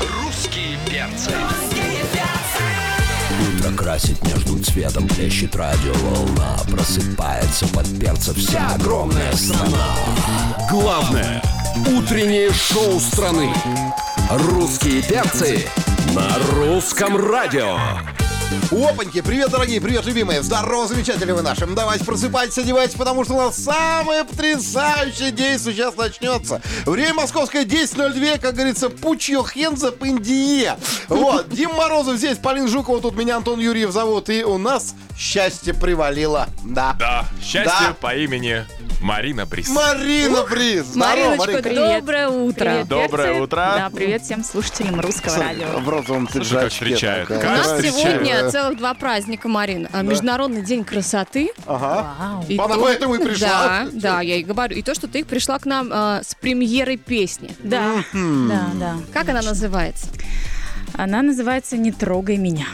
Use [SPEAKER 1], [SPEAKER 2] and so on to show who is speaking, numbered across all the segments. [SPEAKER 1] Русские перцы.
[SPEAKER 2] Луна красит между цветом, плещет радиоволна Просыпается под перца вся огромная страна Главное – утреннее шоу страны Русские перцы на русском радио
[SPEAKER 3] Опаньки, привет, дорогие, привет, любимые. Здорово, замечатели вы наши. Давайте просыпайтесь, одевайтесь, потому что у нас самый потрясающий день сейчас начнется. Время московское 10.02, как говорится, пучье хенза пындие. Вот, Дим Морозов здесь, Полин Жукова, тут меня Антон Юрьев зовут, и у нас счастье привалило. Да.
[SPEAKER 4] Да, счастье
[SPEAKER 3] Да.
[SPEAKER 4] по имени Марина Брис.
[SPEAKER 3] Марина Бриз. Здорово,
[SPEAKER 5] Мариночка,
[SPEAKER 3] Маринка.
[SPEAKER 5] привет.
[SPEAKER 6] Доброе утро.
[SPEAKER 5] Привет,
[SPEAKER 4] Доброе
[SPEAKER 5] перцы.
[SPEAKER 4] утро.
[SPEAKER 5] Да, привет всем слушателям русского радио.
[SPEAKER 3] В розовом
[SPEAKER 4] как
[SPEAKER 3] пиджачке
[SPEAKER 4] встречают.
[SPEAKER 3] такая.
[SPEAKER 6] У нас
[SPEAKER 4] Здравствуйте.
[SPEAKER 6] сегодня целых два праздника, Марин. А, Международный день красоты.
[SPEAKER 3] Ага.
[SPEAKER 5] Вау.
[SPEAKER 6] И
[SPEAKER 3] А, Она
[SPEAKER 6] то-
[SPEAKER 3] поэтому и пришла.
[SPEAKER 6] Да, да, я и говорю. И то, что ты пришла к нам а, с премьерой песни.
[SPEAKER 5] Да, да, да.
[SPEAKER 6] Как она называется?
[SPEAKER 5] Она называется «Не трогай меня».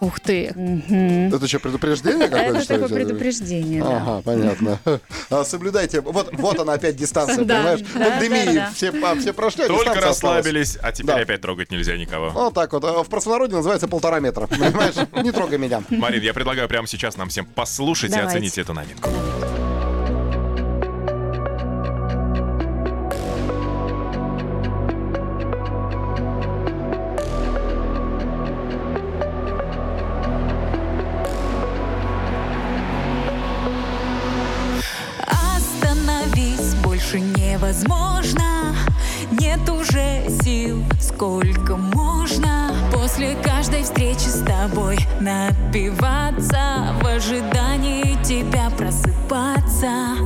[SPEAKER 6] Ух ты.
[SPEAKER 5] Мгм.
[SPEAKER 3] Это что, предупреждение какое-то?
[SPEAKER 5] Это
[SPEAKER 3] что ли,
[SPEAKER 5] такое
[SPEAKER 3] тебе?
[SPEAKER 5] предупреждение, да.
[SPEAKER 3] Ага, понятно. А, Соблюдайте. Вот, вот она опять дистанция,
[SPEAKER 6] Да,
[SPEAKER 3] понимаешь?
[SPEAKER 5] да, да,
[SPEAKER 3] Пандемии
[SPEAKER 5] да.
[SPEAKER 3] все, по- все прошли, а
[SPEAKER 4] Только
[SPEAKER 3] дистанция осталась.
[SPEAKER 4] расслабились, а теперь
[SPEAKER 3] Да.
[SPEAKER 4] опять трогать нельзя никого.
[SPEAKER 3] Вот так вот. А В простонародье называется полтора метра. Понимаешь? Не трогай меня.
[SPEAKER 4] Марин, я предлагаю прямо сейчас нам всем послушать и
[SPEAKER 5] Давайте.
[SPEAKER 4] оценить эту новинку.
[SPEAKER 7] Остановись, больше невозможно Нет уже сил, сколько можно После каждой встречи с тобой Напиваться, в ожидании тебя просыпаться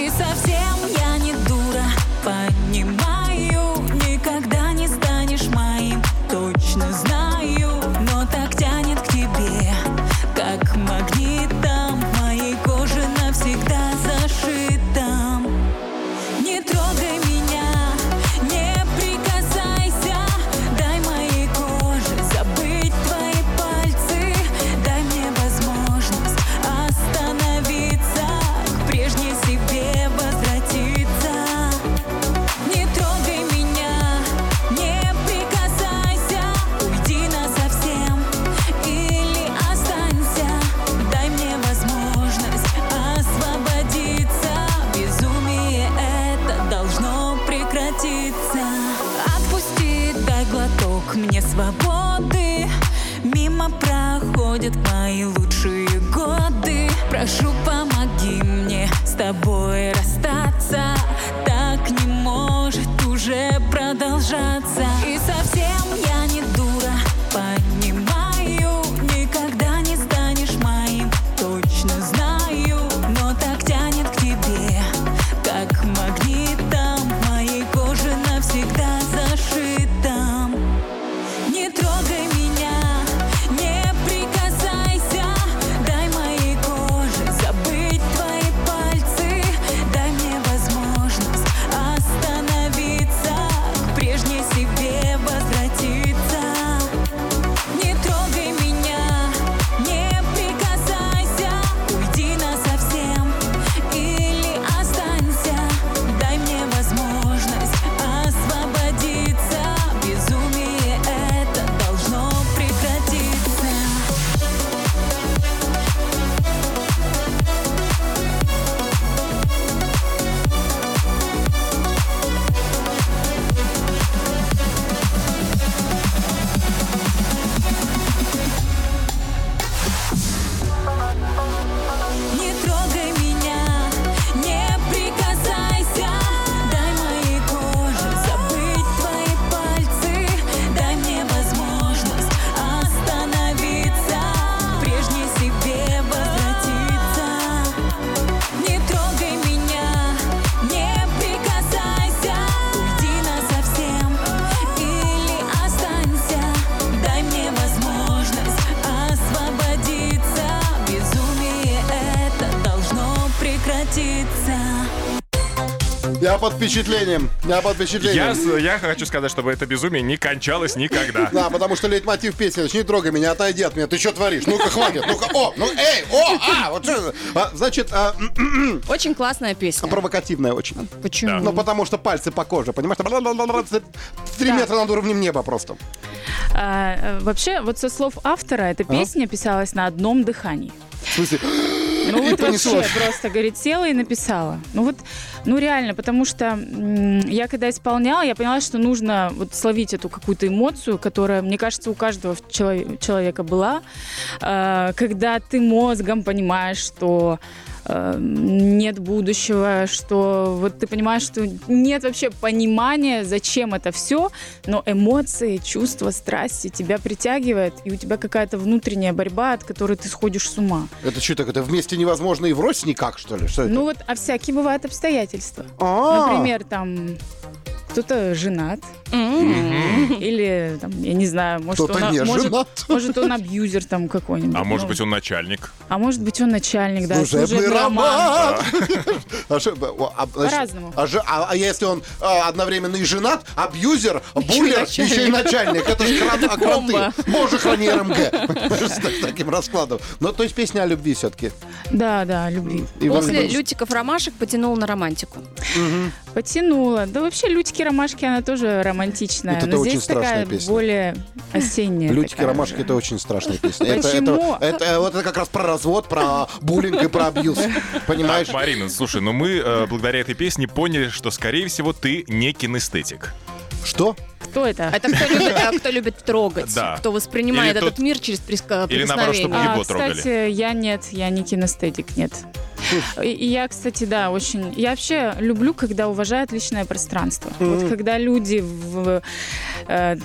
[SPEAKER 7] И совсем я не дура, понимаю Никогда не станешь моим, точно знаю Но так тянет к тебе, как магнитом Моей кожи навсегда зашитом не трогай меня, не прикасайся, дай моей коже забыть твои пальцы, дай мне возможность остановиться, к прежней себе возвратиться. Не трогай меня, не прикасайся, уйди на совсем или останься. Дай мне возможность освободиться. Безумие это должно прекратиться. Отпусти, дай глоток мне свободы. Мимо проходят мои лучшие годы. Прошу, помоги мне с тобой расстаться. Так не может уже продолжаться. И совсем я не дура, понимаю, никогда не станешь моим. Точно знаю, но так тянет к тебе, как магнитом в моей коже навсегда зашитом. Не трогай меня, не прикасайся, дай моей коже забыть твои пальцы, дай мне возможность остановиться, к прежней себе
[SPEAKER 3] Я под впечатлением. Я под
[SPEAKER 4] Я,
[SPEAKER 3] впечатлением.
[SPEAKER 4] с- я хочу сказать, чтобы это безумие не кончалось никогда.
[SPEAKER 3] Да, потому что лейтмотив песни, значит, не трогай меня, отойди от меня, ты что творишь? Ну-ка, хватит, ну-ка, о, ну, эй, о, а, вот что это? А, Значит, а, м,
[SPEAKER 6] Очень классная песня.
[SPEAKER 3] провокативная очень.
[SPEAKER 6] Почему?
[SPEAKER 3] Ну, потому что пальцы по коже, понимаешь? Там Три метра над уровнем неба просто.
[SPEAKER 5] А, э, вообще, вот со слов автора, эта песня писалась на одном дыхании.
[SPEAKER 3] В смысле,
[SPEAKER 5] Ну
[SPEAKER 3] И
[SPEAKER 5] вот вообще
[SPEAKER 3] понеслось.
[SPEAKER 5] просто, говорит, села и написала. Ну вот, ну реально, потому что м, я когда исполняла, я поняла, что нужно вот словить эту какую-то эмоцию, которая, мне кажется, у каждого в челов- человека была, Э, когда ты мозгом понимаешь, что э, нет будущего, что вот ты понимаешь, что нет вообще понимания, зачем это все, но эмоции, чувства, страсти тебя притягивают, и у тебя какая-то внутренняя борьба, от которой ты сходишь с ума.
[SPEAKER 3] это что так, это вместе невозможно и врозь никак, что ли? Что это?
[SPEAKER 5] Ну вот, а всякие бывают обстоятельства.
[SPEAKER 3] А.
[SPEAKER 5] Например, там кто-то женат, или там, я не знаю, может
[SPEAKER 3] Кто-то
[SPEAKER 5] он,
[SPEAKER 3] не
[SPEAKER 5] может,
[SPEAKER 3] женат.
[SPEAKER 5] может, он абьюзер там какой-нибудь.
[SPEAKER 4] А может
[SPEAKER 5] Ну,
[SPEAKER 4] быть, он начальник?
[SPEAKER 5] а может быть он начальник, да,
[SPEAKER 3] Служебный роман. А что, о, а, значит,
[SPEAKER 5] По-разному.
[SPEAKER 3] А, же- а- а если он а, одновременно и женат, абьюзер, буллер, еще и начальник. Это же крат- а, кранты. Боже, храни РМГ. Понимаешь, с так- таким раскладом. Ну, то есть песня о любви все-таки.
[SPEAKER 5] Да, да, любви.
[SPEAKER 6] После Лютиков Ромашек потянул на романтику.
[SPEAKER 5] Потянула. Да вообще Лютики Ромашки, она тоже романтичная.
[SPEAKER 3] Вот это
[SPEAKER 5] но
[SPEAKER 3] очень
[SPEAKER 5] здесь
[SPEAKER 3] страшная
[SPEAKER 5] такая
[SPEAKER 3] песня.
[SPEAKER 5] более осенняя.
[SPEAKER 3] Лютики
[SPEAKER 5] такая
[SPEAKER 3] ромашки
[SPEAKER 5] уже.
[SPEAKER 3] это очень страшная песня. Это,
[SPEAKER 5] Почему?
[SPEAKER 3] это, это- вот это как раз про развод, про буллинг и про абьюз. Понимаешь?
[SPEAKER 4] Марина, слушай, ну мы э, благодаря этой песне поняли, что, скорее всего, ты не кинестетик.
[SPEAKER 3] Что?
[SPEAKER 5] Кто это?
[SPEAKER 6] Это кто любит, э, кто любит трогать,
[SPEAKER 4] Да.
[SPEAKER 6] кто воспринимает
[SPEAKER 4] Или
[SPEAKER 6] этот
[SPEAKER 4] тот-
[SPEAKER 6] мир через приска-
[SPEAKER 4] или наоборот, чтобы
[SPEAKER 5] А,
[SPEAKER 6] прикосновение.
[SPEAKER 4] его
[SPEAKER 5] кстати, я нет, я не кинестетик, нет. И, и я, кстати, да, очень... Я вообще люблю, когда уважают личное пространство. Вот когда люди в... э,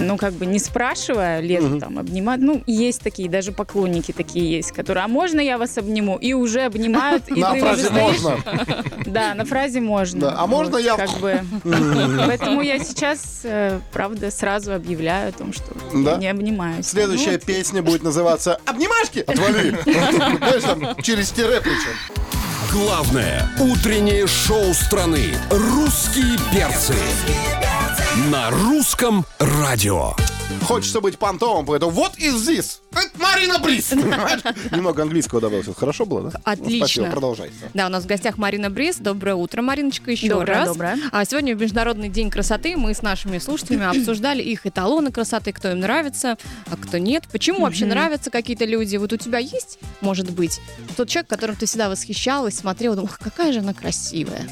[SPEAKER 5] ну, как бы не спрашивая, лезут там, обнимают. Ну, есть такие, даже поклонники такие есть, которые, а можно я вас обниму? И уже обнимают, и
[SPEAKER 3] На
[SPEAKER 5] ты уже
[SPEAKER 3] фразе
[SPEAKER 5] стоишь.
[SPEAKER 3] можно.
[SPEAKER 5] Да, на фразе можно.
[SPEAKER 3] Да, а можно
[SPEAKER 5] Вот,
[SPEAKER 3] я-
[SPEAKER 5] Как бы. Поэтому я сейчас, э, правда, сразу объявляю о том, что
[SPEAKER 3] Да?
[SPEAKER 5] я не обнимаюсь.
[SPEAKER 3] Следующая
[SPEAKER 5] Ну,
[SPEAKER 3] песня будет называться «Обнимашки!» Отвали! Понимаешь, там через тире причем.
[SPEAKER 2] Главное утреннее шоу страны «Русские перцы». На русском радио.
[SPEAKER 3] Хочется быть понтовым, поэтому вот is this? Это Марина Брис! Понимаешь? Немного английского добавился. Хорошо было, да? Ну,
[SPEAKER 6] Отлично.
[SPEAKER 3] Спасибо, продолжай. всё.
[SPEAKER 6] Да, у нас в гостях Марина Брис. Доброе утро, Мариночка, еще
[SPEAKER 5] Доброе,
[SPEAKER 6] раз.
[SPEAKER 5] доброе.
[SPEAKER 6] А сегодня в Международный день красоты мы с нашими слушателями обсуждали их эталоны красоты, кто им нравится, а кто нет. Почему вообще нравятся какие-то люди? Вот у тебя есть, может быть, тот человек, которым ты всегда восхищалась, смотрела, думала, «Ах, какая же она красивая.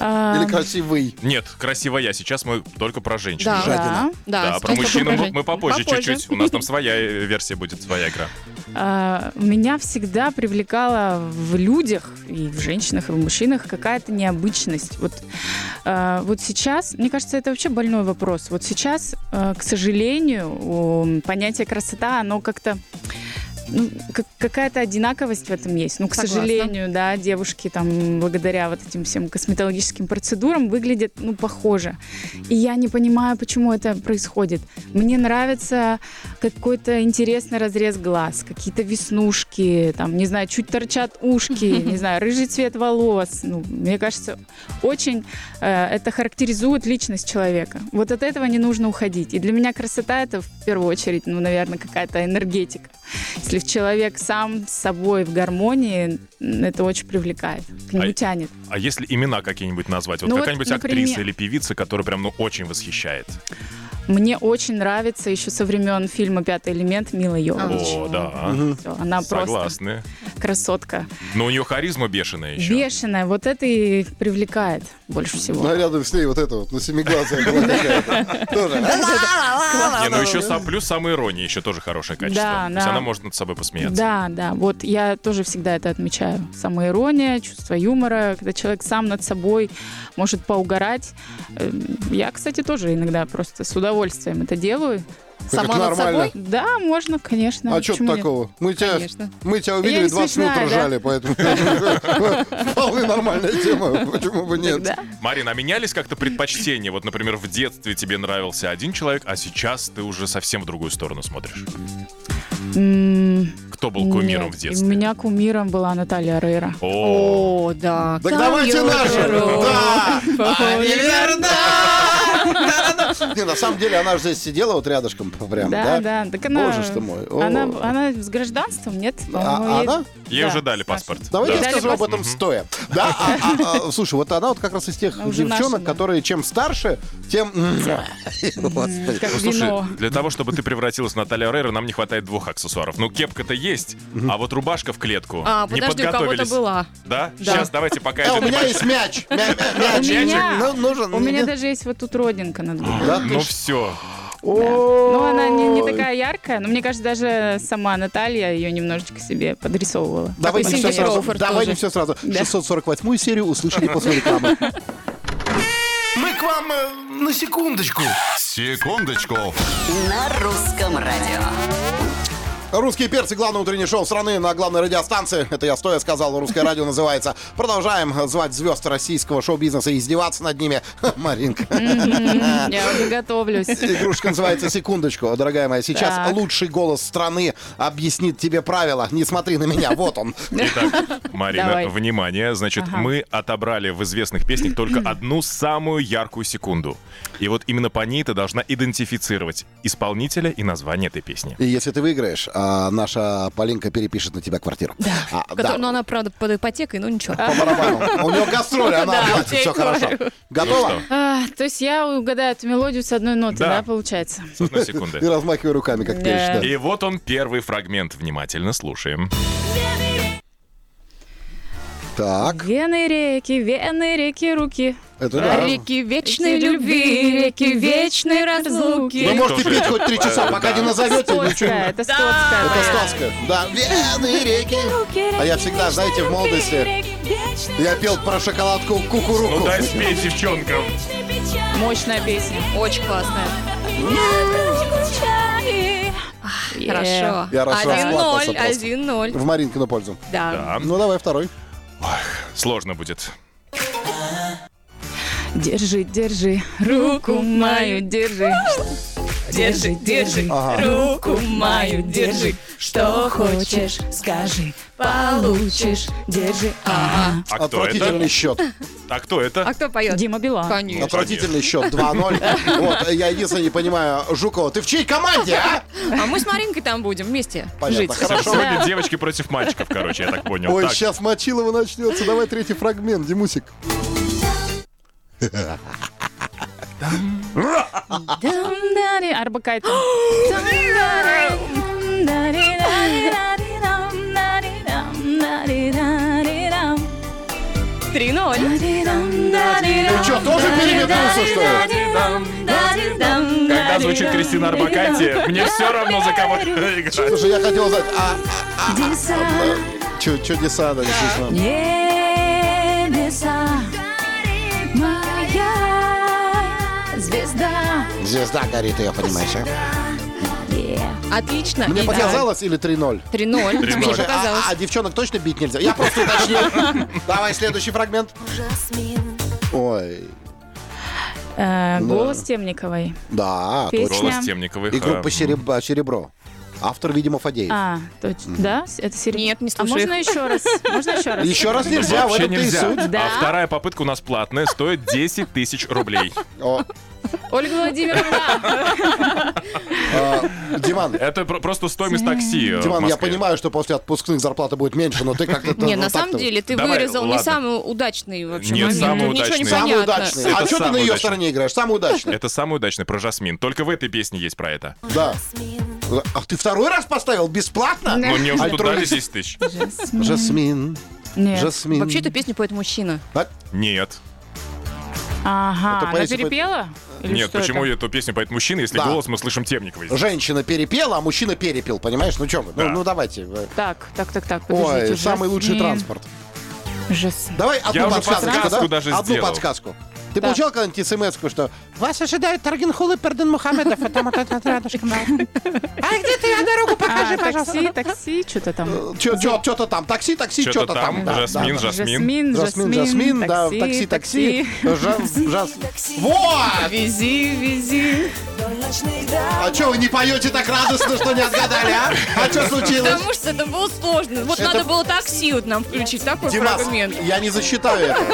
[SPEAKER 5] а,
[SPEAKER 3] Или красивый.
[SPEAKER 4] Нет, красиво я. Сейчас мы только про женщин.
[SPEAKER 6] Да.
[SPEAKER 5] да.
[SPEAKER 6] Да,
[SPEAKER 4] Да,
[SPEAKER 6] сейчас
[SPEAKER 4] про
[SPEAKER 6] только
[SPEAKER 4] мужчин мы,
[SPEAKER 6] женщин.
[SPEAKER 4] мы попозже чуть-чуть. У нас там своя э, версия будет, своя игра.
[SPEAKER 5] А, Меня всегда привлекала в людях, и в женщинах, и в мужчинах какая-то необычность. Вот, а, вот сейчас, мне кажется, это вообще больной вопрос. Вот сейчас, а, к сожалению, о, понятие красота, оно как-то... ну, как- какая-то одинаковость в этом есть. Ну, к
[SPEAKER 6] Согласна.
[SPEAKER 5] сожалению, да, девушки там благодаря вот этим всем косметологическим процедурам выглядят, ну, похоже. И я не понимаю, почему это происходит. Мне нравится какой-то интересный разрез глаз, какие-то веснушки, там, не знаю, чуть торчат ушки, не знаю, рыжий цвет волос. Ну, мне кажется, очень э, это характеризует личность человека. Вот от этого не нужно уходить. И для меня красота это в первую очередь, ну, наверное, какая-то энергетика. Если человек сам с собой в гармонии, м, это очень привлекает, к нему
[SPEAKER 4] А-
[SPEAKER 5] тянет.
[SPEAKER 4] А если имена какие-нибудь назвать? Вот
[SPEAKER 5] Ну вот,
[SPEAKER 4] какая-нибудь
[SPEAKER 5] например-
[SPEAKER 4] актриса или певица, которая прям, ну, очень восхищает.
[SPEAKER 5] Мне очень нравится еще со времен фильма «Пятый элемент» Мила Йовович.
[SPEAKER 4] О, да.
[SPEAKER 5] Она просто
[SPEAKER 4] Согласны.
[SPEAKER 5] красотка.
[SPEAKER 4] Но у нее харизма бешеная еще.
[SPEAKER 5] Бешеная, вот это и привлекает больше
[SPEAKER 3] Ну, а
[SPEAKER 5] всего.
[SPEAKER 3] рядом с ней вот это вот, на семиглазая была такая. Тоже.
[SPEAKER 4] Не, ну еще сам плюс самоирония еще тоже хорошее качество.
[SPEAKER 5] Да,
[SPEAKER 4] То есть
[SPEAKER 5] да.
[SPEAKER 4] она может над собой посмеяться.
[SPEAKER 5] Да, да, вот я тоже всегда это отмечаю. Самоирония, чувство юмора, когда человек сам над собой может поугарать. Эм, Я, кстати, тоже иногда просто с удовольствием это делаю.
[SPEAKER 6] Сама над
[SPEAKER 3] нормально.
[SPEAKER 6] собой?
[SPEAKER 5] Да, можно, конечно.
[SPEAKER 3] А что
[SPEAKER 5] почему нет?
[SPEAKER 3] такого? Мы тебя,
[SPEAKER 6] Конечно.
[SPEAKER 3] мы тебя
[SPEAKER 5] Я
[SPEAKER 3] увидели,
[SPEAKER 5] не
[SPEAKER 3] 20 минут
[SPEAKER 5] смешная, да?
[SPEAKER 3] ржали, поэтому вполне нормальная тема. Почему бы нет?
[SPEAKER 5] Да.
[SPEAKER 4] Марина, а менялись как-то предпочтения? Вот, например, в детстве тебе нравился один человек, а сейчас ты уже совсем в другую сторону смотришь.
[SPEAKER 5] М,
[SPEAKER 4] Кто был кумиром
[SPEAKER 5] Нет,
[SPEAKER 4] в детстве?
[SPEAKER 5] У меня кумиром была Наталья Рейра.
[SPEAKER 4] О,
[SPEAKER 6] О, да.
[SPEAKER 3] Так давайте наши! Да!
[SPEAKER 6] Похоже.
[SPEAKER 3] Миллиарда! Не, на самом деле, она же здесь сидела вот рядышком прям, да?
[SPEAKER 5] Да, да. Так она,
[SPEAKER 3] Боже ж ты мой. О.
[SPEAKER 5] Она, она с гражданством, нет? По-моему,
[SPEAKER 3] А-
[SPEAKER 5] ей-
[SPEAKER 3] она?
[SPEAKER 4] ей
[SPEAKER 5] да,
[SPEAKER 4] уже дали
[SPEAKER 5] Саша.
[SPEAKER 4] паспорт.
[SPEAKER 3] Давайте
[SPEAKER 4] Да.
[SPEAKER 3] я
[SPEAKER 5] Дали
[SPEAKER 3] скажу об
[SPEAKER 5] паспорт.
[SPEAKER 3] этом стоя. Да, а- а- а, слушай, вот она вот как раз из тех
[SPEAKER 5] Она уже
[SPEAKER 3] девчонок,
[SPEAKER 5] наша, да.
[SPEAKER 3] которые чем старше, тем... Господи.
[SPEAKER 5] Как
[SPEAKER 4] Ну, слушай,
[SPEAKER 5] вино.
[SPEAKER 4] для того, чтобы ты превратилась в Наталью Рейра, нам не хватает двух аксессуаров. Ну, кепка-то есть, а вот рубашка в клетку.
[SPEAKER 6] А,
[SPEAKER 4] не
[SPEAKER 6] подожди, у кого-то
[SPEAKER 4] подготовились.
[SPEAKER 6] была.
[SPEAKER 4] Да? Сейчас давайте пока
[SPEAKER 3] Э,
[SPEAKER 4] этот
[SPEAKER 3] у меня
[SPEAKER 4] большой-
[SPEAKER 3] есть мяч. Мя- мя-
[SPEAKER 4] а
[SPEAKER 5] У
[SPEAKER 3] Мяч.
[SPEAKER 5] меня,
[SPEAKER 3] Ну, нужен.
[SPEAKER 5] у меня даже есть вот тут родинка над губой.
[SPEAKER 3] Да,
[SPEAKER 4] Ну все.
[SPEAKER 5] Ну, она не, не такая яркая, но мне кажется, даже сама Наталья ее немножечко себе подрисовывала.
[SPEAKER 3] Давай не
[SPEAKER 6] Такой
[SPEAKER 3] все
[SPEAKER 6] Синди
[SPEAKER 3] сразу.
[SPEAKER 6] Кроуфорд
[SPEAKER 3] Давай
[SPEAKER 6] тоже.
[SPEAKER 3] не все сразу.
[SPEAKER 5] Да.
[SPEAKER 3] 648 серию услышали после рекламы.
[SPEAKER 1] Мы к вам э, на секундочку.
[SPEAKER 8] Секундочку.
[SPEAKER 9] На русском радио.
[SPEAKER 3] Русские перцы, главное утреннее шоу страны на главной радиостанции. Это я стоя сказал, русское радио называется. Продолжаем звать звезд российского шоу-бизнеса и издеваться над ними. Ха, Маринка.
[SPEAKER 5] Мгм, Я уже готовлюсь.
[SPEAKER 3] Игрушка называется «Секундочку», дорогая моя. Сейчас
[SPEAKER 5] Так.
[SPEAKER 3] лучший голос страны объяснит тебе правила. Не смотри на меня, вот он.
[SPEAKER 4] Итак, Марина,
[SPEAKER 5] Давай.
[SPEAKER 4] внимание. Значит, мы отобрали в известных песнях только одну самую яркую секунду. И вот именно по ней ты должна идентифицировать исполнителя и название этой песни.
[SPEAKER 3] И если ты выиграешь, а, наша Полинка перепишет на тебя квартиру. А, Да.
[SPEAKER 6] Который- ну, Но она, правда, под ипотекой, но ничего.
[SPEAKER 3] По барабану. У нее гастроли, она
[SPEAKER 6] Да,
[SPEAKER 3] оплатит,
[SPEAKER 6] я и
[SPEAKER 3] все хорошо. Готова?
[SPEAKER 5] А, То есть я угадаю эту мелодию с одной ноты,
[SPEAKER 4] Да.
[SPEAKER 5] да, получается?
[SPEAKER 4] С одной
[SPEAKER 3] И
[SPEAKER 4] секунды.
[SPEAKER 3] размахивай руками, как
[SPEAKER 5] Да.
[SPEAKER 3] перечь. да.
[SPEAKER 4] И вот он, первый фрагмент. Внимательно слушаем.
[SPEAKER 3] Так,
[SPEAKER 5] Вены реки, вены реки, руки.
[SPEAKER 3] это да.
[SPEAKER 6] Реки вечной любви, реки вечной разлуки.
[SPEAKER 3] Вы можете
[SPEAKER 4] тоже.
[SPEAKER 3] петь хоть три часа, пока не назовете. Ну, ничего.
[SPEAKER 5] Стоцкая, это Стоцкая.
[SPEAKER 3] Это
[SPEAKER 5] моя.
[SPEAKER 3] Стоцкая. Да, вены, реки. А я всегда, знаете, в молодости я пел про шоколадку кукуруку.
[SPEAKER 4] Ну дай спеть, девчонка.
[SPEAKER 5] Мощная песня.
[SPEAKER 6] Очень классная.
[SPEAKER 5] Е.
[SPEAKER 6] Хорошо.
[SPEAKER 3] Я раз расплакался
[SPEAKER 6] 1-0,
[SPEAKER 3] просто.
[SPEAKER 6] 1-0.
[SPEAKER 3] В Маринкину пользу.
[SPEAKER 6] Да.
[SPEAKER 4] Да,
[SPEAKER 3] Ну давай второй.
[SPEAKER 4] сложно будет.
[SPEAKER 5] Держи, держи, руку мою, держи. Держи, держи, руку мою, держи. Что хочешь, скажи, получишь, держи. Ага.
[SPEAKER 4] А кто
[SPEAKER 3] Отвратительный
[SPEAKER 4] это?
[SPEAKER 3] счет.
[SPEAKER 4] А кто это?
[SPEAKER 6] А кто поет?
[SPEAKER 5] Дима Билан.
[SPEAKER 6] Конечно.
[SPEAKER 3] Отвратительный счет 2-0. Вот, я единственное не понимаю, Жукова, ты в чьей команде, а?
[SPEAKER 6] А мы с Маринкой там будем вместе жить.
[SPEAKER 3] Понятно, хорошо.
[SPEAKER 4] Сегодня девочки против мальчиков, короче, я так понял.
[SPEAKER 3] Ой,
[SPEAKER 4] Так,
[SPEAKER 3] сейчас Мочилова начнется. Давай третий фрагмент, Димусик.
[SPEAKER 5] Дам-дари. Арбакайте.
[SPEAKER 7] Дам-дари-дари-дари-дам-дари-дам-дари-дари-дам.
[SPEAKER 6] 3-0.
[SPEAKER 3] Ну,
[SPEAKER 7] Дари-дам-дари-дам.
[SPEAKER 3] Че, тоже переметнулся, что ли?
[SPEAKER 7] Дари-дам-дари-дам.
[SPEAKER 4] Когда звучит Кристина Арбакайте, мне все равно за кого играть.
[SPEAKER 3] Слушай, я хотел знать, а... Че, че десада, действительно?
[SPEAKER 7] Небеса, моя звезда.
[SPEAKER 3] Звезда горит, ее понимаешь, а?
[SPEAKER 6] Отлично.
[SPEAKER 3] Мне
[SPEAKER 6] И-
[SPEAKER 3] показалось или 3-0?
[SPEAKER 6] 3-0. Мне
[SPEAKER 4] 3-0.
[SPEAKER 3] Слушай, а,
[SPEAKER 6] показалось.
[SPEAKER 3] а девчонок точно бить нельзя? Я просто уточнил. Давай следующий фрагмент. Ой,
[SPEAKER 5] Э, Голос Темниковой.
[SPEAKER 3] да,
[SPEAKER 5] Песня.
[SPEAKER 3] точно.
[SPEAKER 4] Голос Темниковых.
[SPEAKER 3] И группа
[SPEAKER 4] э,
[SPEAKER 3] «Сереб- «Серебро». Автор, видимо, Фадеев.
[SPEAKER 5] А, точно. Да? Это серьезно?
[SPEAKER 6] Нет, не
[SPEAKER 5] А
[SPEAKER 6] слушай
[SPEAKER 5] можно еще раз? Можно еще раз?
[SPEAKER 3] Еще раз нельзя, в
[SPEAKER 4] Вообще
[SPEAKER 3] этом ты и
[SPEAKER 4] нельзя.
[SPEAKER 3] суть.
[SPEAKER 5] Да.
[SPEAKER 4] А вторая попытка у нас платная, стоит 10 тысяч рублей.
[SPEAKER 3] О,
[SPEAKER 5] Ольга Владимировна.
[SPEAKER 3] э, Диман,
[SPEAKER 4] Это про- просто стоимость такси э, в
[SPEAKER 3] Диман, я
[SPEAKER 4] Москве.
[SPEAKER 3] понимаю, что после отпускных зарплата будет меньше, но ты как-то...
[SPEAKER 6] Не,
[SPEAKER 3] ну,
[SPEAKER 6] на
[SPEAKER 3] так-то
[SPEAKER 6] самом
[SPEAKER 3] вот.
[SPEAKER 6] деле ты
[SPEAKER 4] Давай,
[SPEAKER 6] вырезал не
[SPEAKER 4] ладно.
[SPEAKER 6] самый удачный вообще
[SPEAKER 4] Нет,
[SPEAKER 6] момент.
[SPEAKER 4] самый
[SPEAKER 6] Тут ничего не
[SPEAKER 4] удачный.
[SPEAKER 3] Самый
[SPEAKER 6] понятно.
[SPEAKER 3] удачный. А
[SPEAKER 4] Это
[SPEAKER 3] что ты на
[SPEAKER 4] самый
[SPEAKER 3] ее
[SPEAKER 4] удачный.
[SPEAKER 3] стороне играешь? Самый удачный.
[SPEAKER 4] Это самый удачный про Жасмин. Только в этой песне есть про это.
[SPEAKER 3] Да. А ты второй раз поставил? Бесплатно?
[SPEAKER 4] Но Ну, мне уже тут
[SPEAKER 3] Альтруист.
[SPEAKER 4] дали 10 тысяч.
[SPEAKER 3] Жасмин.
[SPEAKER 5] Нет.
[SPEAKER 3] Жасмин.
[SPEAKER 6] Вообще эту песню поет мужчина.
[SPEAKER 3] А,
[SPEAKER 4] Нет.
[SPEAKER 5] Ага,
[SPEAKER 3] Это
[SPEAKER 5] она
[SPEAKER 3] поэзия,
[SPEAKER 5] перепела?
[SPEAKER 6] Ну
[SPEAKER 5] Или
[SPEAKER 4] Нет,
[SPEAKER 5] что
[SPEAKER 4] почему
[SPEAKER 5] это?
[SPEAKER 4] эту песню поет мужчина, если
[SPEAKER 3] Да.
[SPEAKER 4] голос мы слышим Темниковой?
[SPEAKER 3] Женщина перепела, а мужчина перепел, понимаешь? Ну что вы? Ну,
[SPEAKER 4] Да.
[SPEAKER 3] ну давайте. вы.
[SPEAKER 5] Так, так, так, так, подождите.
[SPEAKER 3] Ой, самый лучший транспорт.
[SPEAKER 5] Жасмин.
[SPEAKER 3] Давай одну
[SPEAKER 4] уже
[SPEAKER 3] подсказочку,
[SPEAKER 4] подсказку
[SPEAKER 3] да?
[SPEAKER 4] даже
[SPEAKER 3] Одну
[SPEAKER 4] сделал.
[SPEAKER 3] подсказку. Ты
[SPEAKER 5] Да.
[SPEAKER 3] получал когда-нибудь смс что
[SPEAKER 10] Вас ожидают Таргинхолы Перден Мухаммедов, а там вот этот рядышком. да. А где ты? А дорогу покажи,
[SPEAKER 5] А,
[SPEAKER 10] пожалуйста.
[SPEAKER 5] такси, такси, что-то там.
[SPEAKER 3] что-то там, такси, такси,
[SPEAKER 4] Что-то
[SPEAKER 3] что-то там.
[SPEAKER 4] там,
[SPEAKER 3] Да,
[SPEAKER 4] Э, Жасмин,
[SPEAKER 3] да, да.
[SPEAKER 4] Жасмин.
[SPEAKER 3] Жасмин, Жасмин, да, такси, такси. Жа- жас- Вот!
[SPEAKER 5] Вези, вези.
[SPEAKER 3] А что, вы не поете так радостно, что не отгадали, а? А что случилось?
[SPEAKER 6] Потому что это было сложно. Вот
[SPEAKER 3] Это-
[SPEAKER 6] надо было такси вот нам включить, такой
[SPEAKER 3] Димас,
[SPEAKER 6] фрагмент.
[SPEAKER 3] я не засчитаю это.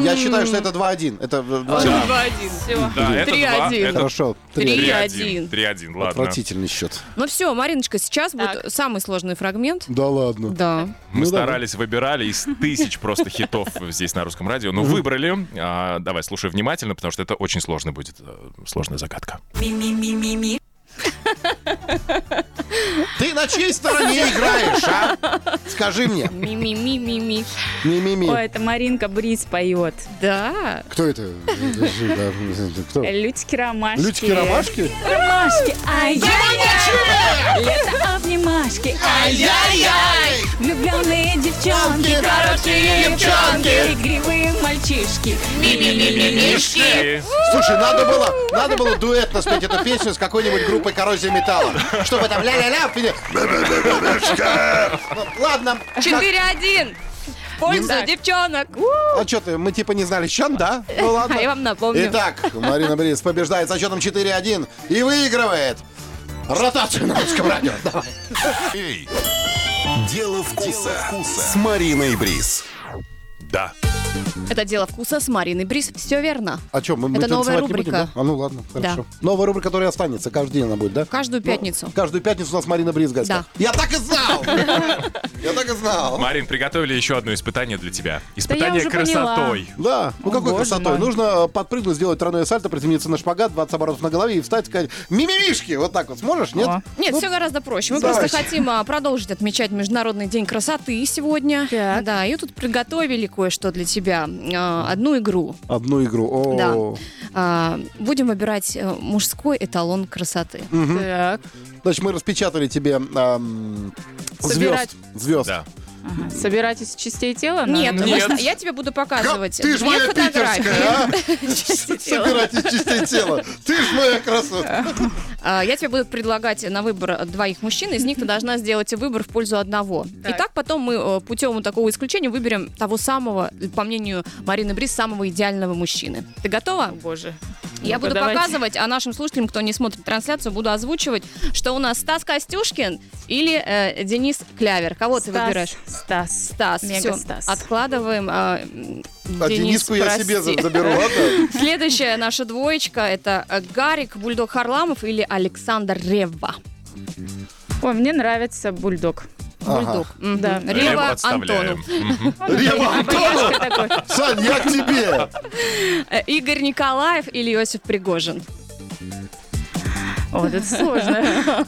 [SPEAKER 3] Я считаю, что это 2-1. Это 2-1.
[SPEAKER 6] Два один. Все.
[SPEAKER 4] Да, это
[SPEAKER 6] Три
[SPEAKER 4] два,
[SPEAKER 6] один.
[SPEAKER 4] это
[SPEAKER 3] Хорошо.
[SPEAKER 6] Три.
[SPEAKER 3] 3
[SPEAKER 6] один.
[SPEAKER 4] 3-1, ладно.
[SPEAKER 3] Отвратительный счет.
[SPEAKER 6] Ну все, Мариночка, сейчас будет
[SPEAKER 5] Так.
[SPEAKER 6] самый сложный фрагмент.
[SPEAKER 3] Да ладно.
[SPEAKER 6] Да.
[SPEAKER 4] Мы
[SPEAKER 3] Ну, давай.
[SPEAKER 4] старались, выбирали из тысяч просто хитов здесь на русском радио. Ну, выбрали. А, давай, слушай внимательно, потому что это очень сложный будет, э, сложная загадка.
[SPEAKER 3] Ты на чьей стороне играешь, а? Скажи мне.
[SPEAKER 6] Ми-ми-ми-ми-ми.
[SPEAKER 5] Ой,
[SPEAKER 3] Ми-ми-ми.
[SPEAKER 5] это Маринка Бриз поет.
[SPEAKER 6] Да.
[SPEAKER 3] Кто это? Кто?
[SPEAKER 5] Лютики ромашки.
[SPEAKER 3] Лютики ромашки?
[SPEAKER 5] Ромашки, ай-яй-яй. Лето обнимашки, ай-яй-яй. Влюбленные девчонки, хорошие девчонки. Игривые мальчишки,
[SPEAKER 4] И
[SPEAKER 3] Слушай, надо было, надо было дуэтно спеть эту песню с какой-нибудь группой коррозия металла. Чтобы там ля-ля-ля, пили. Ну, Ладно.
[SPEAKER 6] Четыре один. В Пользу
[SPEAKER 3] Не-
[SPEAKER 6] девчонок.
[SPEAKER 3] А что ты, мы типа не знали щен, да? Ну ладно.
[SPEAKER 6] А я вам напомню.
[SPEAKER 3] Итак, Марина Брис побеждает со счетом 4-1 и выигрывает ротацию на русском радио. Давай.
[SPEAKER 8] Эй! Дело вкуса, с Мариной Брис.
[SPEAKER 4] да.
[SPEAKER 6] Это дело вкуса с Мариной Брис. Все верно.
[SPEAKER 3] А что, мы, мы
[SPEAKER 6] Это новая
[SPEAKER 3] танцевать не будем,
[SPEAKER 6] рубрика.
[SPEAKER 3] да? А ну ладно, хорошо. Новая рубрика, которая останется, каждый день она будет, да?
[SPEAKER 6] Каждую пятницу.
[SPEAKER 3] Каждую пятницу у нас Марина Брис в гостях. Я так и знал! Я так и знал.
[SPEAKER 4] Марин, приготовили еще одно испытание для тебя. Испытание
[SPEAKER 5] уже
[SPEAKER 4] красотой.
[SPEAKER 3] Да, ну
[SPEAKER 5] О,
[SPEAKER 3] какой
[SPEAKER 5] боже
[SPEAKER 3] красотой.
[SPEAKER 5] мой.
[SPEAKER 3] Нужно э, подпрыгнуть, сделать тройное сальто, приземлиться на шпагат, 20 оборотов на голове и встать, сказать «Мимимишки!» Вот так вот. Сможешь, нет?
[SPEAKER 5] О.
[SPEAKER 6] Нет, все гораздо проще. Мы
[SPEAKER 3] давайте.
[SPEAKER 6] просто хотим а, продолжить отмечать Международный день красоты сегодня.
[SPEAKER 5] Так.
[SPEAKER 6] Да, и тут приготовили кое-что для тебя. А, Одну игру.
[SPEAKER 3] Одну игру. О.
[SPEAKER 6] А, Будем выбирать э, мужской эталон красоты.
[SPEAKER 5] Так,
[SPEAKER 3] Значит, мы распечатали тебе эм,
[SPEAKER 5] Собирать.
[SPEAKER 3] звезд. Звезд.
[SPEAKER 4] Да.
[SPEAKER 5] ага. собирать из частей тела? надо?
[SPEAKER 6] Нет,
[SPEAKER 4] Нет.
[SPEAKER 6] можно- я тебе буду показывать.
[SPEAKER 3] Ты ж
[SPEAKER 6] Две
[SPEAKER 3] моя
[SPEAKER 6] фотографии.
[SPEAKER 3] питерская, а?
[SPEAKER 6] Части тела.
[SPEAKER 3] Собирать из частей тела. Ты ж моя красотка.
[SPEAKER 6] А, Я тебе буду предлагать на выбор двоих мужчин, из них ты должна сделать выбор в пользу одного.
[SPEAKER 5] Так.
[SPEAKER 6] И так потом мы э, путем такого исключения выберем того самого, по мнению Марины Брис, самого идеального мужчины. Ты готова?
[SPEAKER 5] О, Боже.
[SPEAKER 6] Я
[SPEAKER 5] Ну-ка,
[SPEAKER 6] буду
[SPEAKER 5] давайте.
[SPEAKER 6] показывать, а нашим слушателям, кто не смотрит трансляцию, буду озвучивать, что у нас Стас Костюшкин или э, Денис Клявер. Кого ты
[SPEAKER 5] Стас,
[SPEAKER 6] выбираешь?
[SPEAKER 5] Стас.
[SPEAKER 6] Стас.
[SPEAKER 5] Мега
[SPEAKER 6] Всё,
[SPEAKER 5] Стас.
[SPEAKER 6] Откладываем. а, м,
[SPEAKER 3] А
[SPEAKER 6] Денис,
[SPEAKER 3] Дениску я
[SPEAKER 6] прости.
[SPEAKER 3] себе за- заберу, ладно?
[SPEAKER 6] Следующая наша двоечка это э, Гарик Бульдог Харламов или Александр Ревва.
[SPEAKER 5] Ой, мне нравится бульдог.
[SPEAKER 6] Бульдог. Мгм.
[SPEAKER 5] Да.
[SPEAKER 4] Реву
[SPEAKER 6] Рева Антону.
[SPEAKER 4] отставляем. Мгм.
[SPEAKER 3] Рева Антону!
[SPEAKER 5] Обаяшка такой.
[SPEAKER 3] Сань, я к тебе!
[SPEAKER 6] Э, Игорь Николаев или Иосиф Пригожин.
[SPEAKER 5] О, Вот это сложно.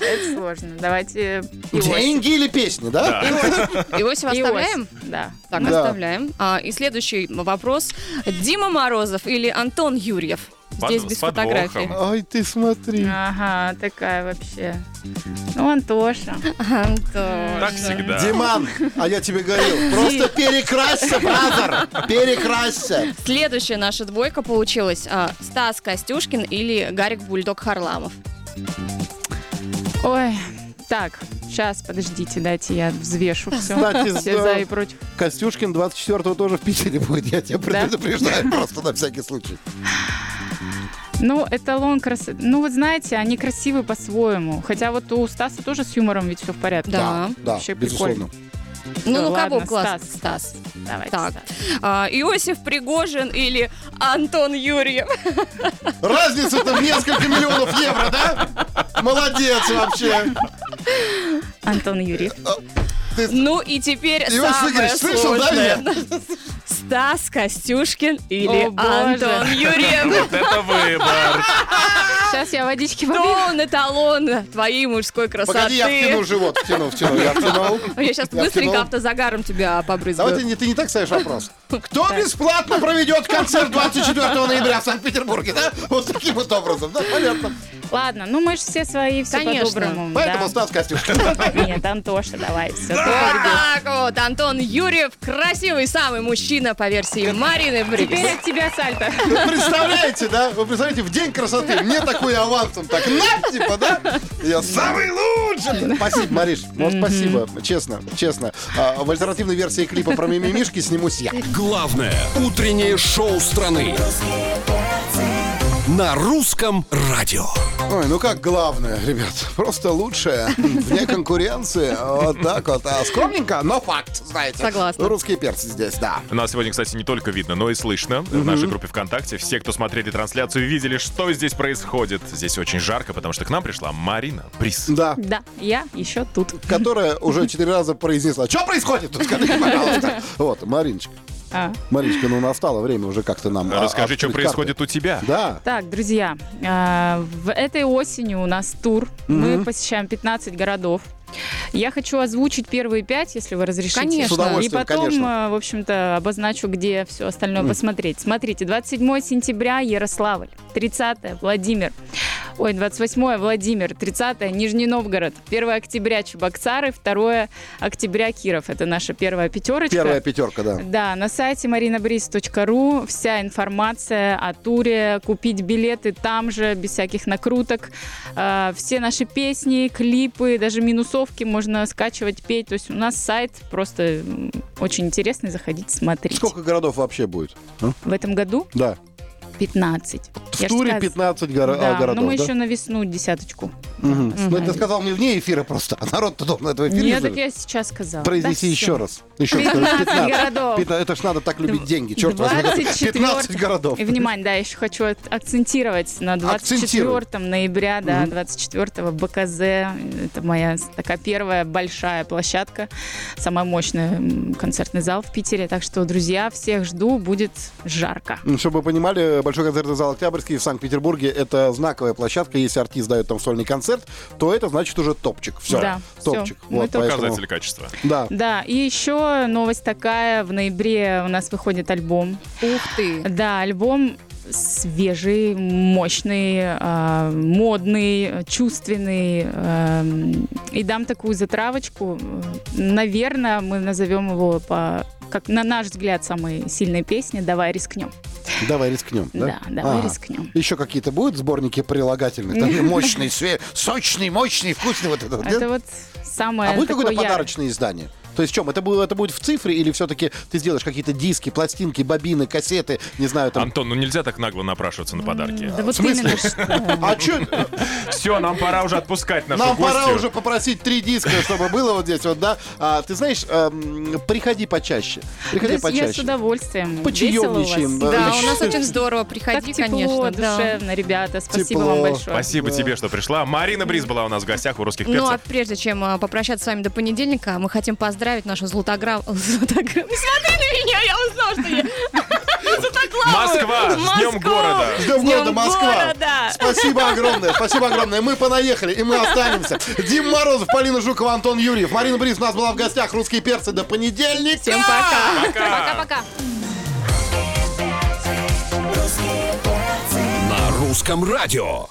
[SPEAKER 5] Это сложно. Давайте Иосиф.
[SPEAKER 3] Деньги или песни, да?
[SPEAKER 6] Иосиф оставляем?
[SPEAKER 5] Иосиф, Да.
[SPEAKER 6] Так,
[SPEAKER 3] Да.
[SPEAKER 6] оставляем. А, и следующий вопрос. Дима Морозов или Антон Юрьев?
[SPEAKER 4] Под-
[SPEAKER 6] Здесь
[SPEAKER 4] с
[SPEAKER 6] без
[SPEAKER 4] подвохом.
[SPEAKER 6] фотографии.
[SPEAKER 3] Ай, ты смотри.
[SPEAKER 5] Ага, такая вообще. Ну, Антоша.
[SPEAKER 6] Антон.
[SPEAKER 4] Так всегда.
[SPEAKER 3] Диман, а я тебе говорил, просто перекрасься, бразер, перекрасься.
[SPEAKER 6] Следующая наша двойка получилась а, Стас Костюшкин или Гарик Бульдог Харламов.
[SPEAKER 5] Ой, так, сейчас, подождите, дайте я взвешу все.
[SPEAKER 3] Кстати,
[SPEAKER 5] Все
[SPEAKER 3] за-
[SPEAKER 5] за и против.
[SPEAKER 3] Костюшкин 24-го тоже в Питере будет, я тебя
[SPEAKER 5] Да?
[SPEAKER 3] предупреждаю, просто на всякий случай.
[SPEAKER 5] Ну, эталон красоты. Ну, вот знаете, они красивы по-своему. Хотя вот у Стаса тоже с юмором ведь все в порядке.
[SPEAKER 6] Да.
[SPEAKER 3] Да,
[SPEAKER 5] Вообще
[SPEAKER 3] безусловно.
[SPEAKER 6] Ну, ну
[SPEAKER 5] ладно,
[SPEAKER 6] кого класс? Стас.
[SPEAKER 5] Давайте.
[SPEAKER 6] Так.
[SPEAKER 5] Стас.
[SPEAKER 6] А, Иосиф Пригожин или Антон Юрьев.
[SPEAKER 3] Разница-то в несколько миллионов евро, да? Молодец вообще.
[SPEAKER 5] Антон Юрьев.
[SPEAKER 6] Ну и теперь
[SPEAKER 3] И вот
[SPEAKER 6] самое
[SPEAKER 3] Игорь, слышал, да,
[SPEAKER 6] сложное.
[SPEAKER 3] меня?
[SPEAKER 6] Стас Костюшкин или
[SPEAKER 5] О, боже.
[SPEAKER 6] Антон Юрьев.
[SPEAKER 4] Вот это выбор.
[SPEAKER 3] А!
[SPEAKER 5] Сейчас я водички попью.
[SPEAKER 6] Кто он эталон твоей мужской красоты?
[SPEAKER 3] Погоди, я втянул живот, втянул, втянул, я втянул.
[SPEAKER 6] Я сейчас
[SPEAKER 3] Я
[SPEAKER 6] быстренько
[SPEAKER 3] втянул.
[SPEAKER 6] автозагаром тебя побрызгаю.
[SPEAKER 3] Давай ты, не- ты не так ставишь вопрос. Кто бесплатно проведет концерт 24 ноября в Санкт-Петербурге, да? Вот таким вот образом, да, понятно.
[SPEAKER 5] Ладно, ну мы же все свои, все
[SPEAKER 6] Конечно.
[SPEAKER 5] по-доброму.
[SPEAKER 3] Поэтому
[SPEAKER 5] да.
[SPEAKER 3] Стас Костюшкин.
[SPEAKER 5] Нет, Антоша, давай, все.
[SPEAKER 6] Вот так вот, Антон Юрьев, красивый самый мужчина по версии Марины
[SPEAKER 5] Теперь
[SPEAKER 6] Брис.
[SPEAKER 5] от тебя сальто.
[SPEAKER 3] Вы представляете, да? Вы представляете, в день красоты мне такой авансом так на, типа, да? Я самый лучший! Спасибо, Мариш. Вот спасибо, честно, честно. А, В альтернативной версии клипа про мимимишки снимусь я.
[SPEAKER 2] Главное утреннее шоу страны. на русском радио.
[SPEAKER 3] Ой, ну как главное, ребят, просто лучшее, вне конкуренции, вот так вот, а скромненько, но факт, знаете.
[SPEAKER 6] Согласна.
[SPEAKER 3] Русские перцы здесь, да.
[SPEAKER 4] Нас сегодня, кстати, не только видно, но и слышно в нашей группе ВКонтакте. Все, кто смотрели трансляцию, видели, что здесь происходит. Здесь очень жарко, потому что к нам пришла Марина Брис.
[SPEAKER 3] Да,
[SPEAKER 5] Да, я еще тут.
[SPEAKER 3] которая уже четыре раза произнесла, что происходит тут, скажите, пожалуйста. Вот, Мариночка,
[SPEAKER 5] А.
[SPEAKER 3] Мариночка, ну настало время уже как-то нам... а,
[SPEAKER 4] Расскажи, что
[SPEAKER 3] открыть
[SPEAKER 4] происходит у тебя.
[SPEAKER 3] карты. Да.
[SPEAKER 5] Так, друзья, а, в этой осенью у нас тур. Мы посещаем 15 городов. Я хочу озвучить первые пять, если вы разрешите.
[SPEAKER 6] Конечно. С
[SPEAKER 5] И
[SPEAKER 3] удовольствием,
[SPEAKER 5] потом,
[SPEAKER 3] конечно.
[SPEAKER 5] э, в общем-то, обозначу, где все остальное посмотреть. Смотрите, 27 сентября Ярославль, 30 Владимир, ой, 28 Владимир, 30 Нижний Новгород, 1 октября Чебоксары, 2 октября Киров. Это наша первая пятерочка.
[SPEAKER 3] Первая пятерка, да.
[SPEAKER 5] Да, на сайте marinabris.ru вся информация о туре, купить билеты там же, без всяких накруток. Э, Все наши песни, клипы, даже минусовки можно скачивать, петь. То есть у нас сайт просто м, очень интересный, заходите, смотрите.
[SPEAKER 3] Сколько городов вообще будет?
[SPEAKER 5] В этом году
[SPEAKER 3] Да.
[SPEAKER 5] 15.
[SPEAKER 3] В
[SPEAKER 5] Я ж
[SPEAKER 3] туре
[SPEAKER 5] сказ-
[SPEAKER 3] 15 горо-
[SPEAKER 5] Да,
[SPEAKER 3] а, городов,
[SPEAKER 5] но мы
[SPEAKER 3] да?
[SPEAKER 5] еще на весну десяточку.
[SPEAKER 3] Мгм. Ну, это
[SPEAKER 5] Остановим.
[SPEAKER 3] ты сказал мне вне эфира просто, а народ-то должен этого эфира
[SPEAKER 5] Нет,
[SPEAKER 3] же-
[SPEAKER 5] так Ну, я сейчас сказала.
[SPEAKER 3] Произнеси
[SPEAKER 5] Да
[SPEAKER 3] еще
[SPEAKER 5] всё.
[SPEAKER 3] раз. Еще раз скажи,
[SPEAKER 5] 15 городов.
[SPEAKER 3] 15. Это ж надо так любить деньги, черт возьми.
[SPEAKER 5] 24.
[SPEAKER 3] 15 городов.
[SPEAKER 5] И внимание, да, еще хочу ак- акцентировать на 24 ноября, да, 24 в БКЗ. Это моя с- такая первая большая площадка, самая мощная м, концертный зал в Питере. Так что, друзья, всех жду, будет жарко.
[SPEAKER 3] Ну, Чтобы вы понимали, Большой концертный зал «Октябрьский» в Санкт-Петербурге — это знаковая площадка. Если артист дает там сольный концерт, то это значит уже топчик. Все,
[SPEAKER 5] Да, всё.
[SPEAKER 3] топчик.
[SPEAKER 5] Ну,
[SPEAKER 3] Вот,
[SPEAKER 5] это
[SPEAKER 3] поэтому-
[SPEAKER 4] Показатель качества.
[SPEAKER 3] Да.
[SPEAKER 5] Да, и еще новость такая, в ноябре у нас выходит альбом
[SPEAKER 6] Ух
[SPEAKER 3] Э,
[SPEAKER 6] ты.
[SPEAKER 5] Да, альбом свежий, мощный, э, модный, чувственный. э, и дам такую затравочку. Наверное, мы назовем его по как на наш взгляд самой сильной песни «Давай рискнем».
[SPEAKER 3] Давай рискнем, да?
[SPEAKER 5] Да, давай
[SPEAKER 3] Ага.
[SPEAKER 5] рискнем.
[SPEAKER 3] Еще какие-то будут сборники прилагательных? Там мощный, све- сочный, мощный, вкусный. Вот это, вот, нет?
[SPEAKER 5] Это вот самое
[SPEAKER 3] А будет
[SPEAKER 5] такое
[SPEAKER 3] какое-то
[SPEAKER 5] яркое.
[SPEAKER 3] подарочное издание? То есть в чем? Это будет, это будет в цифре или все-таки ты сделаешь какие-то диски, пластинки, бобины, кассеты, не знаю, там...
[SPEAKER 4] Антон, ну нельзя так нагло напрашиваться на подарки.
[SPEAKER 5] Да вот
[SPEAKER 3] смысле?
[SPEAKER 5] именно что.
[SPEAKER 3] А чё?
[SPEAKER 4] Все, нам пора уже отпускать нашу
[SPEAKER 3] Нам пора
[SPEAKER 4] гостью.
[SPEAKER 3] уже попросить три диска, чтобы было вот здесь вот, да? А, ты знаешь, эм, приходи почаще. Приходи
[SPEAKER 5] Да с- Я с
[SPEAKER 3] почаще.
[SPEAKER 5] удовольствием.
[SPEAKER 3] Почаёмничаем,
[SPEAKER 5] Весело у вас.
[SPEAKER 6] Да, у нас очень здорово. Приходи,
[SPEAKER 5] Так
[SPEAKER 6] конечно.
[SPEAKER 5] тепло,
[SPEAKER 6] да.
[SPEAKER 5] душевно, ребята. Спасибо
[SPEAKER 3] Тепло.
[SPEAKER 5] вам большое.
[SPEAKER 4] Спасибо тебе, что пришла. Марина Бриз была у нас в гостях у русских
[SPEAKER 6] Ну а
[SPEAKER 4] перцев.
[SPEAKER 6] прежде чем а, попрощаться с вами до понедельника, мы хотим поздравить нашу златограмм... Златограмм... Не смотри на меня, я узнала, что я... Златоглавую.
[SPEAKER 4] Москва! С днем
[SPEAKER 6] Москву!
[SPEAKER 4] города!
[SPEAKER 3] С Днем
[SPEAKER 6] С днем
[SPEAKER 3] города, Москва!
[SPEAKER 6] города!
[SPEAKER 3] Спасибо огромное, спасибо огромное. Мы понаехали, и мы останемся. Дим Морозов, Полина Жукова, Антон Юрьев, Марина Брис у нас была в гостях. Русские перцы до понедельника.
[SPEAKER 6] Всем пока! Пока-пока!
[SPEAKER 2] На русском радио.